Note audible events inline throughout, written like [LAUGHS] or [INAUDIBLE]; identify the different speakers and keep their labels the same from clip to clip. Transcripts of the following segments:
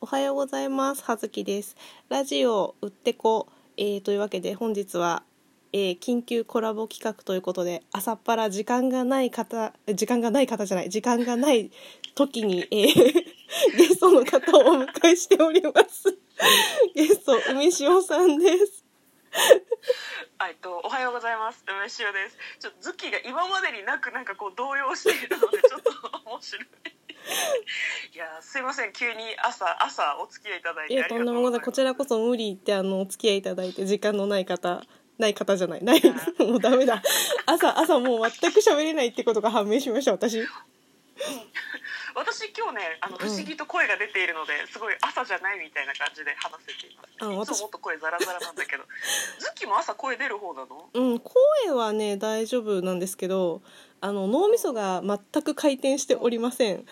Speaker 1: おはようございます。はずきです。ラジオうってこ、えーというわけで本日は、えー緊急コラボ企画ということで朝っぱら時間がない方時間がない方じゃない時間がない時に、えー [LAUGHS] ゲストの方をお迎えしております。 [LAUGHS] ゲスト梅塩さんです。
Speaker 2: あえっと、おはようございます。梅塩です。ちょっとズッキーが今までになく、なんかこう動揺しているので、ちょっと面白い。い [LAUGHS] やー、すいません。急に朝、朝お付き合いいただい
Speaker 1: い
Speaker 2: て。
Speaker 1: や
Speaker 2: あり
Speaker 1: と
Speaker 2: が
Speaker 1: んで
Speaker 2: う
Speaker 1: も
Speaker 2: ご
Speaker 1: ござ
Speaker 2: ざ
Speaker 1: い
Speaker 2: いま
Speaker 1: こちらこそ無理言ってあのお付き合いいただいて時間のない方ない方じゃないない [LAUGHS] もうダメだ朝朝もう全く喋れないってことが判明しました私
Speaker 2: す。私、今日ね、あの、不思議と声が出ているので、すごい朝じゃないみたいな感じで話せています。
Speaker 1: あ
Speaker 2: いつ
Speaker 1: 私
Speaker 2: ももっと声ザラザラなんだけど。ズッキーも朝声出る方なの
Speaker 1: うん声はね大丈夫なんですけどあの脳みそが全く回転しておりません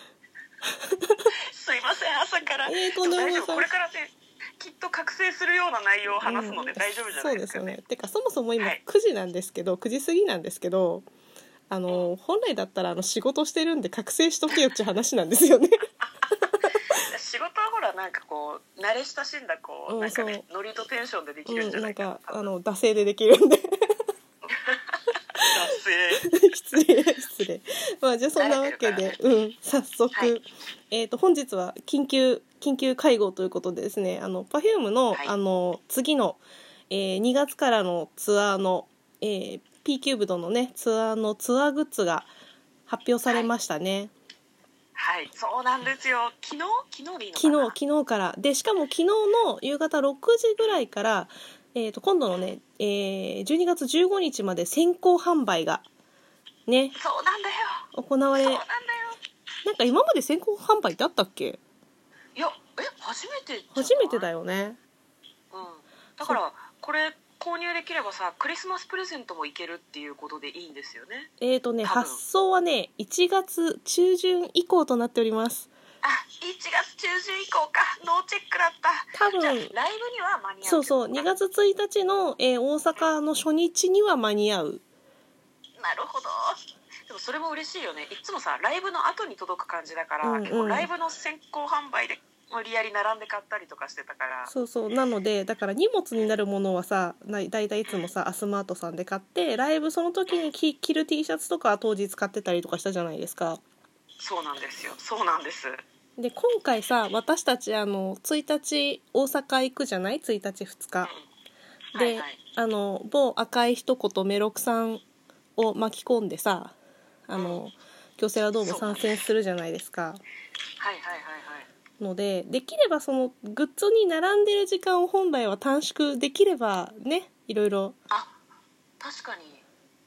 Speaker 2: すいません、朝から。
Speaker 1: えーとんでもございませ
Speaker 2: 大
Speaker 1: ん
Speaker 2: 丈夫。これからね、きっと覚醒するような内容を話すので大丈夫じゃないですか
Speaker 1: うんそう
Speaker 2: ね。
Speaker 1: ですよねてかそもそも今
Speaker 2: はい
Speaker 1: 9時なんですけど、9時過ぎなんですけどあの本来だったらあの仕事してるんで覚醒しとけよっていう話なんですよ
Speaker 2: [LAUGHS]
Speaker 1: ね
Speaker 2: 仕事はほらなんかこう慣れ親しんだこう、
Speaker 1: うん
Speaker 2: なんかね
Speaker 1: そ
Speaker 2: ノリとテンションでで
Speaker 1: う
Speaker 2: きるん
Speaker 1: ん
Speaker 2: じゃな
Speaker 1: なん
Speaker 2: いかな,、
Speaker 1: かあの惰性でできるんで
Speaker 2: 脱線
Speaker 1: [LAUGHS] 失礼失礼まあじゃあそんなわけ
Speaker 2: 慣れ
Speaker 1: で
Speaker 2: て、
Speaker 1: うん、早速、
Speaker 2: はい
Speaker 1: えっ、と本日は緊急緊急会合ということでですねあの Perfume の,、
Speaker 2: はい
Speaker 1: あの次の、えー2月からのツアーの、えー、P キューブドのねツアーのツアーグッズが発表されましたね、
Speaker 2: はいそうなんですよ昨日昨日でいいのか
Speaker 1: 昨
Speaker 2: な
Speaker 1: 日昨日からでしかも昨日の夕方6時ぐらいから、えー、と今度のね、えー12月15日まで先行販売がね
Speaker 2: そうなんだよ
Speaker 1: 行わ
Speaker 2: そ
Speaker 1: れ
Speaker 2: うなんだよ
Speaker 1: なんか今まで先行販売だったっけ
Speaker 2: いやえ初めてじゃない
Speaker 1: 初めてだよね
Speaker 2: うんだからこれ購入できればさクリスマスプレゼントもいけるっていうことでいいんですよね
Speaker 1: えーとね
Speaker 2: 多分
Speaker 1: 発送はね1月中旬以降となっております
Speaker 2: あ1月中旬以降かノーチェックだった
Speaker 1: 多
Speaker 2: じゃあライ
Speaker 1: 分
Speaker 2: ブには間に合う
Speaker 1: そうそう2月1日の、えー大阪の初日には間に合う
Speaker 2: なるほどでもそれも嬉しいよねいつもさライブの後に届く感じだから、
Speaker 1: うんうん
Speaker 2: 結構ライブの先行販売で無理やり並んで買ったりとかしてたから
Speaker 1: そうそうなのでだから荷物になるものはさない大体いつもさアスマートさんで買ってライブその時に着着る T シャツとかは当日買ってたりとかしたじゃないですか
Speaker 2: そうなんですよそうなんです
Speaker 1: で今回さ私たちあの1日大阪行くじゃない1日2日
Speaker 2: うん
Speaker 1: で、
Speaker 2: はいはい
Speaker 1: あの某赤い一言メロクさんを巻き込んでさあの京セラドーム参戦するじゃないですか
Speaker 2: はいはいはいはい
Speaker 1: のでできればそのグッズに並んでる時間を本来は短縮できればねいろいろ
Speaker 2: あ確かに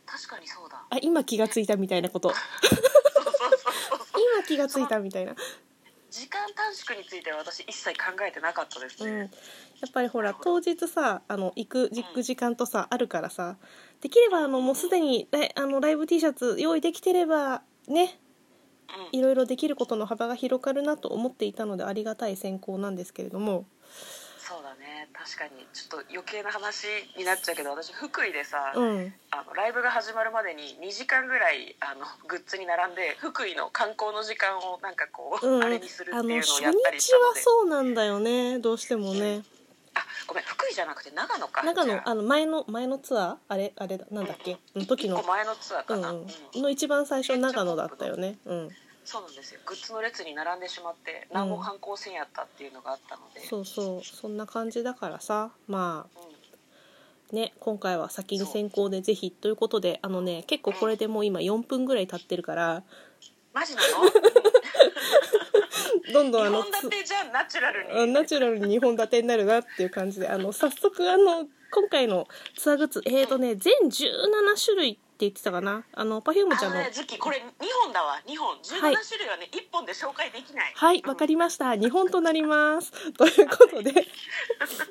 Speaker 2: 確かにそうだ
Speaker 1: あ今気がついたみたいな
Speaker 2: [LAUGHS]
Speaker 1: こと
Speaker 2: そうそうそうそう
Speaker 1: 今気がついたみたいな、
Speaker 2: 時間短縮については私一切考えてなかったです
Speaker 1: うん、やっ
Speaker 2: ね、
Speaker 1: ぱりほら
Speaker 2: なる
Speaker 1: 当
Speaker 2: ほ
Speaker 1: 日さあの行くじ行
Speaker 2: う
Speaker 1: く
Speaker 2: ん
Speaker 1: 時間とさあるからさできればあのもうすでにライあのライブ T シャツ用意できてればね
Speaker 2: うん
Speaker 1: いろいろできることの幅が広がるなと思っていたのでありがたい選考なんですけれども
Speaker 2: そうだね確かにちょっと余計な話になっちゃうけど私福井でさ、
Speaker 1: うん
Speaker 2: あのライブが始まるまでに2時間ぐらいあのグッズに並んで福井の観光の時間をなんかこう、
Speaker 1: うん、
Speaker 2: あれにするってい
Speaker 1: あ
Speaker 2: う
Speaker 1: の
Speaker 2: のをや
Speaker 1: 初日
Speaker 2: ったりしたの
Speaker 1: は
Speaker 2: で
Speaker 1: そうなんだよねどうしてもね
Speaker 2: あごめん福井じゃなくて長野か
Speaker 1: 長
Speaker 2: じゃ
Speaker 1: 野
Speaker 2: あ
Speaker 1: あの前の前のツアーあれあれだなんだっけの時
Speaker 2: 一
Speaker 1: の
Speaker 2: 個前のツアー
Speaker 1: う
Speaker 2: か
Speaker 1: ん
Speaker 2: な、うん
Speaker 1: うんの一番最初長野だったよねうん
Speaker 2: そうなんですよグッズの列に並んでしまって何も観光せんやったっていうのがあったので、
Speaker 1: そうそうそんな感じだからさまあ
Speaker 2: うん
Speaker 1: ね今回は先に先行でぜひということであのね結構これでもう今4分ぐらい経ってるから
Speaker 2: マジなの
Speaker 1: どんどんあ
Speaker 2: 日
Speaker 1: の
Speaker 2: 本だってじゃあナチュラルに、
Speaker 1: うんナチュラルに2本立てになるなっていう感じであの早速あの今回のツアーグッズえーとね全17種類って言ってたかなあの Perfume ち
Speaker 2: あ
Speaker 1: ゃん
Speaker 2: の
Speaker 1: の
Speaker 2: ねズッキーこれ2本だわ2本17
Speaker 1: はい
Speaker 2: 種類はね1本で紹介できない
Speaker 1: はいわかりました2本となります [LAUGHS] ということで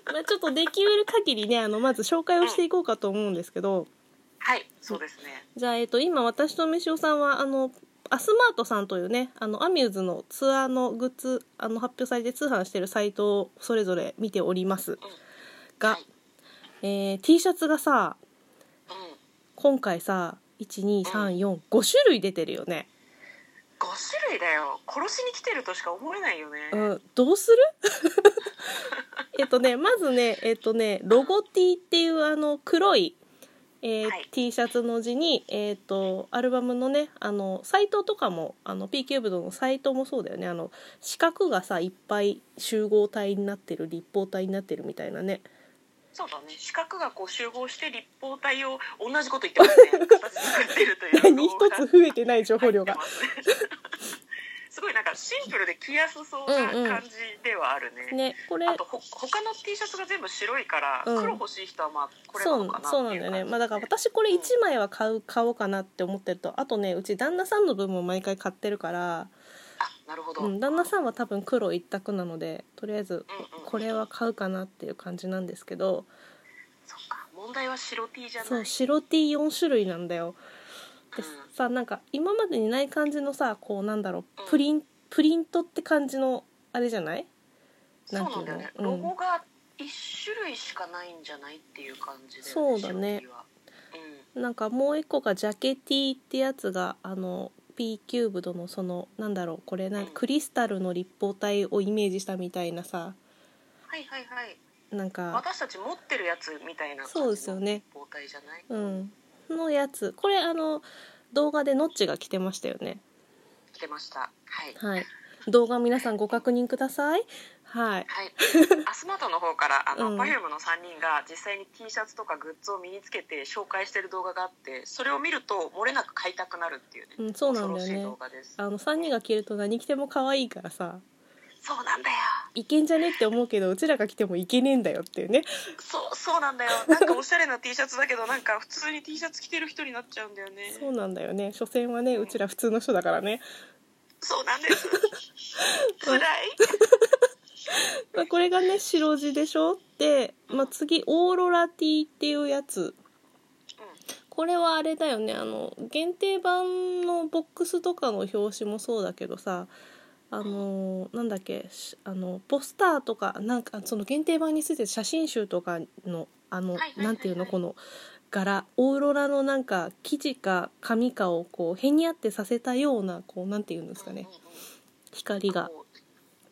Speaker 1: まあちょっとできうる限りねあのまず紹介をしていこうかと思うんですけど
Speaker 2: はいそうですね
Speaker 1: じゃあ、えっと今私と飯尾さんはあのアスマートさんというねあのアミューズのツアーのグッズあの発表されて通販してるサイトをそれぞれ見ておりますが、
Speaker 2: はい
Speaker 1: えー T シャツがさ
Speaker 2: うん
Speaker 1: 今回さ12345種類出てるよね
Speaker 2: 5種類だよ殺しに来てるとしか思えないよね、
Speaker 1: う
Speaker 2: うん
Speaker 1: ん、どうする [LAUGHS] えっとねまずねえっとねロゴ T っていうあの黒い、えー
Speaker 2: はい
Speaker 1: T シャツの字に、えっとアルバムのねあのサイトとかもあの P キューブドのサイトもそうだよねあの四角がさいっぱい集合体になってる立方体になってるみたいなね
Speaker 2: そうだね四角がこう集合して立方体を同じこと言ってますね形作ってるという
Speaker 1: 何一つ増えてない情報量
Speaker 2: 入っ
Speaker 1: が
Speaker 2: てま。すねす [LAUGHS] ごいなんかシンプルで着やすそうな感じではあるね,、
Speaker 1: ねこれ
Speaker 2: あとほ他の T シャツが全部白いから
Speaker 1: うん
Speaker 2: 黒欲しい人はまあこれな
Speaker 1: そ
Speaker 2: の
Speaker 1: う
Speaker 2: かな
Speaker 1: そうな
Speaker 2: っ
Speaker 1: ん
Speaker 2: て
Speaker 1: だ
Speaker 2: い
Speaker 1: よね、
Speaker 2: う感じ
Speaker 1: まあ、だから私これ1枚は買う買おうかなって思ってるとあとねうち旦那さんの分も毎回買ってるから、
Speaker 2: あなるほど、
Speaker 1: うん、旦那さんは多分黒一択なのでとりあえず
Speaker 2: うんうん
Speaker 1: これは買うかなっていう感じなんですけど
Speaker 2: そっか問題は白 T じゃない
Speaker 1: そう白 T4 種類なんだよで
Speaker 2: うん
Speaker 1: さなんか今までにない感じのさこうなんだろう
Speaker 2: うん
Speaker 1: プリンプリントって感じのあれじゃない
Speaker 2: そう
Speaker 1: なんてう
Speaker 2: ない
Speaker 1: ん
Speaker 2: だよね、
Speaker 1: の
Speaker 2: ロゴが一種類しかないんじゃないっていう感じで、
Speaker 1: そうだね
Speaker 2: 白 T は
Speaker 1: うん、なんかもう一個がジャケ T ってやつがあの P キューブドのそのなんだろうこれな
Speaker 2: うん
Speaker 1: クリスタルの立方体をイメージしたみたいなさ
Speaker 2: うん、はいはいはい
Speaker 1: なんか
Speaker 2: 私たち持ってるやつみたいな感じの
Speaker 1: そうですよね
Speaker 2: 包帯じゃない、
Speaker 1: うんのやつこれあの動画でノッチが着てましたよね
Speaker 2: 着てましたはい
Speaker 1: はい、動画皆さんご確認ください。はい、 [LAUGHS]
Speaker 2: はい、アスマートの方からあの、
Speaker 1: うん
Speaker 2: Perfume の3人が実際に T シャツとかグッズを身につけて紹介してる動画があってそれを見ると漏れなく買いたくなるっていうね、
Speaker 1: うん、そうなんだよ
Speaker 2: 恐ろしい
Speaker 1: ね
Speaker 2: 動。画です
Speaker 1: あの三人が着ると何着ても可愛いからさ、
Speaker 2: そうなんだよ
Speaker 1: いけんじゃねって思うけど、うちらが着てもいけねえんだよっていうね。
Speaker 2: そうそうなんだよなんかおしゃれな T シャツだけどなんか普通に T シャツ着てる人になっちゃうんだよね
Speaker 1: そうなんだよね。所詮はね、うちら普通の人だからね。
Speaker 2: そうなんです
Speaker 1: [LAUGHS]
Speaker 2: 辛い
Speaker 1: まあこれがね、白地でしょ。で、まあ次オーロラティーっていうやつ。これはあれだよねあの限定版のボックスとかの表紙もそうだけどさあのなんだっけしあのポスターとかなんかその限定版についてる写真集とかのあの、
Speaker 2: はいはいはいはい
Speaker 1: なんていうのこの柄オーロラのなんか生地か紙かをこうへにあってさせたようなこうなんていうんですか
Speaker 2: うんうん
Speaker 1: ね
Speaker 2: うん
Speaker 1: 光が
Speaker 2: こう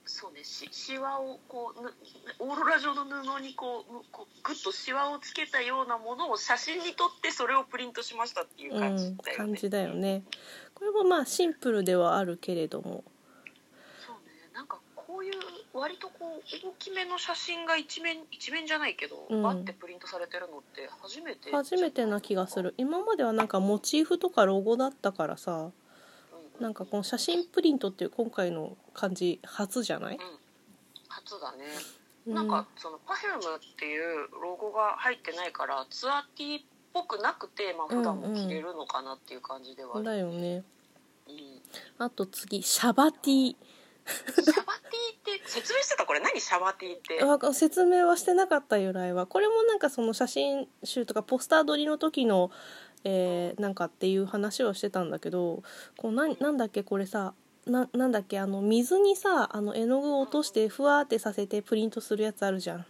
Speaker 2: そうねししわをこうぬオーロラ状の布にこうむこうグッとしわをつけたようなものを写真に撮ってそれをプリントしましたっていう
Speaker 1: う
Speaker 2: 感じ
Speaker 1: ん
Speaker 2: だよね、
Speaker 1: 感じだよねこれもまあシンプルではあるけれども
Speaker 2: そうねなんかこういう割とこう大きめの写真が一面一面じゃないけど、
Speaker 1: うん
Speaker 2: バッてプリントされてるのって初めて
Speaker 1: 初めてな気がする今まではなんかモチーフとかロゴだったからさなんかこの写真プリントっていう今回の感じ初じゃない、
Speaker 2: 初だねなんかその Perfume っていうロゴが入ってないからツアーティーっぽくなくて、まあ、普段も着れるのかなっていう感じでは
Speaker 1: う
Speaker 2: あ
Speaker 1: ん
Speaker 2: る、
Speaker 1: だよね
Speaker 2: うん
Speaker 1: あと次シャバティ
Speaker 2: シャバティーって説明してたこれ何シャバティーって
Speaker 1: ーわ説明はしてなかった由来はこれもなんかその写真集とかポスター撮りの時の、えーなんかっていう話をしてたんだけどこうなんなんだっけこれさななんだっけあの水にさあの絵の具を落としてふわーってさせてプリントするやつあるじゃん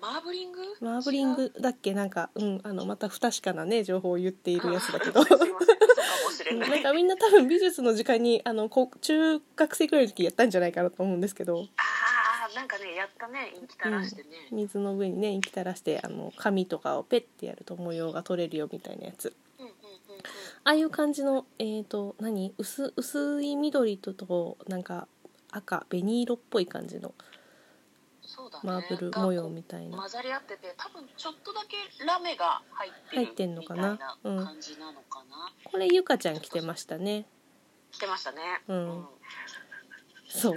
Speaker 2: マーブリング
Speaker 1: マーブリン
Speaker 2: 違う
Speaker 1: グだっけなんか、うん、あのまた不確かなね情報を言っているやつだけど
Speaker 2: あすいませんそうかもしれ
Speaker 1: うん
Speaker 2: な
Speaker 1: なん
Speaker 2: い
Speaker 1: かみんな多分美術の時間にあのこう中学生くらいの時やったんじゃないかなと思うんですけど
Speaker 2: ああなんかねやったねインキ垂らしてね、
Speaker 1: 水の上にねき垂らしてあの紙とかをペッてやると模様が取れるよみたいなやつ
Speaker 2: うんうんうんうん
Speaker 1: ああいう感じのえっ、と何薄薄い緑ととなんか赤紅色っぽい感じの
Speaker 2: そうだね
Speaker 1: マーブル模様みたいな
Speaker 2: 混ざり合ってて多分ちょっとだけラメが入ってる
Speaker 1: 入ってんのかな
Speaker 2: みたいな感じなのかな、
Speaker 1: これゆかちゃん着てましたね
Speaker 2: 着てましたね、
Speaker 1: うんそう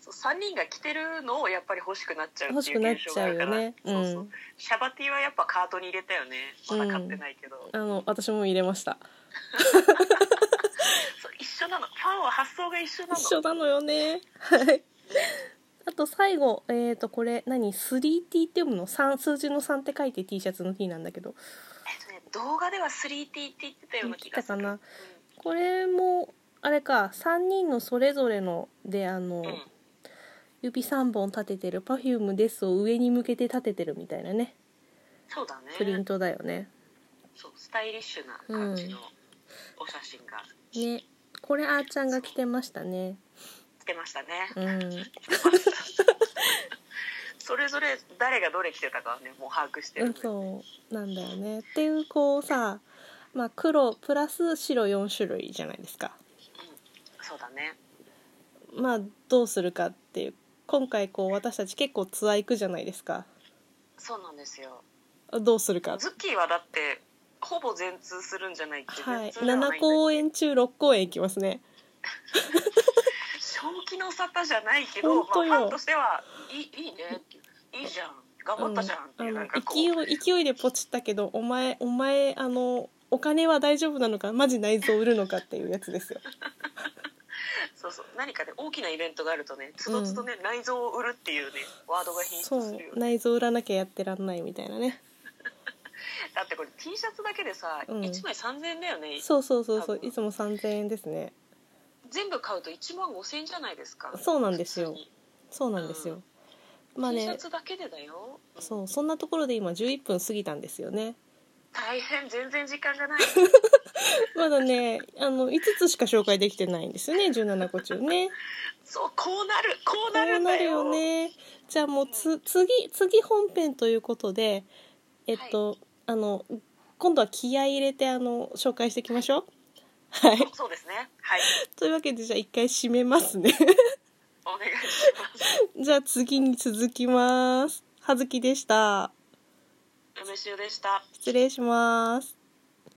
Speaker 2: そう3人が着てるのをやっぱり欲しくなっちゃう
Speaker 1: 欲
Speaker 2: って
Speaker 1: し
Speaker 2: いう
Speaker 1: くなっ
Speaker 2: 現
Speaker 1: ち
Speaker 2: 象があ
Speaker 1: ゃう
Speaker 2: るか
Speaker 1: よ
Speaker 2: ら
Speaker 1: ねう
Speaker 2: そうそうんシャバティはやっぱカートに入れたよねまだ買ってないけど、
Speaker 1: あの私も入れました
Speaker 2: そう一緒なのファンは発想が一緒なの
Speaker 1: [LAUGHS] 一緒なのよねはいあと最後えっ、とこれ何 3T って読むの3数字の3って書いて T シャツの T なんだけど
Speaker 2: えっとね、動画では 3T って言ってたような気がする
Speaker 1: 言ってこれもあれか3人のそれぞれのであの、
Speaker 2: うんうん
Speaker 1: 指3本立ててる「Perfume です」を上に向けて立ててるみたいなね
Speaker 2: そうだね
Speaker 1: プリントだよね
Speaker 2: そうスタイリッシュな感じのお写真が、
Speaker 1: ねこれあーちゃんが着てましたね
Speaker 2: つけましたね、
Speaker 1: うん
Speaker 2: それぞれ誰がどれ着てたかはねもう把握してるんで
Speaker 1: そうなんだよねっていうこうさ、まあ、黒プラス白4種類じゃないですか
Speaker 2: そうだね
Speaker 1: まあどうするかっていう今回こう私たち結構ツアー行くじゃないですか
Speaker 2: そうなんですよ
Speaker 1: どうするか
Speaker 2: ズッキーはだってほぼ全通するんじゃないっけ、
Speaker 1: はい
Speaker 2: 全通ではな
Speaker 1: 7
Speaker 2: い
Speaker 1: 公演中6公演行きますね
Speaker 2: 正気の沙汰じゃないけど、ま
Speaker 1: 本当
Speaker 2: あ、フ
Speaker 1: よ
Speaker 2: ァンとしてはいいいいねっていういいじゃん頑
Speaker 1: う
Speaker 2: 張
Speaker 1: ん
Speaker 2: ったじゃんって
Speaker 1: あ
Speaker 2: いう、な
Speaker 1: の
Speaker 2: んかこう
Speaker 1: 勢い勢いでポチったけどお前お前あのお金は大丈夫なのかマジ内臓売るのかっていうやつですよ
Speaker 2: そうそう何かね大きなイベントがあるとねつどつどね、内臓を売るっていうねワードが品質す
Speaker 1: そ
Speaker 2: る
Speaker 1: う
Speaker 2: よね
Speaker 1: 内臓売らなきゃやってらんないみたいなね
Speaker 2: だってこれ T シャツだけでさ、
Speaker 1: うん
Speaker 2: 1枚3000円だよね
Speaker 1: そうそうそうそういつも3,000円ですね
Speaker 2: 全部買うと1万5000円じゃないですか
Speaker 1: そうなんですよ
Speaker 2: 普通に
Speaker 1: そうなんですよ、まあ
Speaker 2: T シャ
Speaker 1: ね
Speaker 2: ツだけでだよ
Speaker 1: そうそんなところで今11分過ぎたんですよね
Speaker 2: 大変全然時間がない
Speaker 1: [LAUGHS] まだねあの5つしか紹介できてないんですよね17個中ね
Speaker 2: そうこうなるこう
Speaker 1: こ
Speaker 2: なる
Speaker 1: うんな
Speaker 2: だ
Speaker 1: る
Speaker 2: よ
Speaker 1: よねじゃあもうつ次次本編ということでえっと、あの今度は気合い入れてあの紹介していきましょうはい [LAUGHS]
Speaker 2: そうそうですねはい
Speaker 1: というわけでじゃあ一回締めますね [LAUGHS]
Speaker 2: お願いします
Speaker 1: じゃあ次に続きます葉月でした
Speaker 2: 梅塩でした
Speaker 1: 失礼します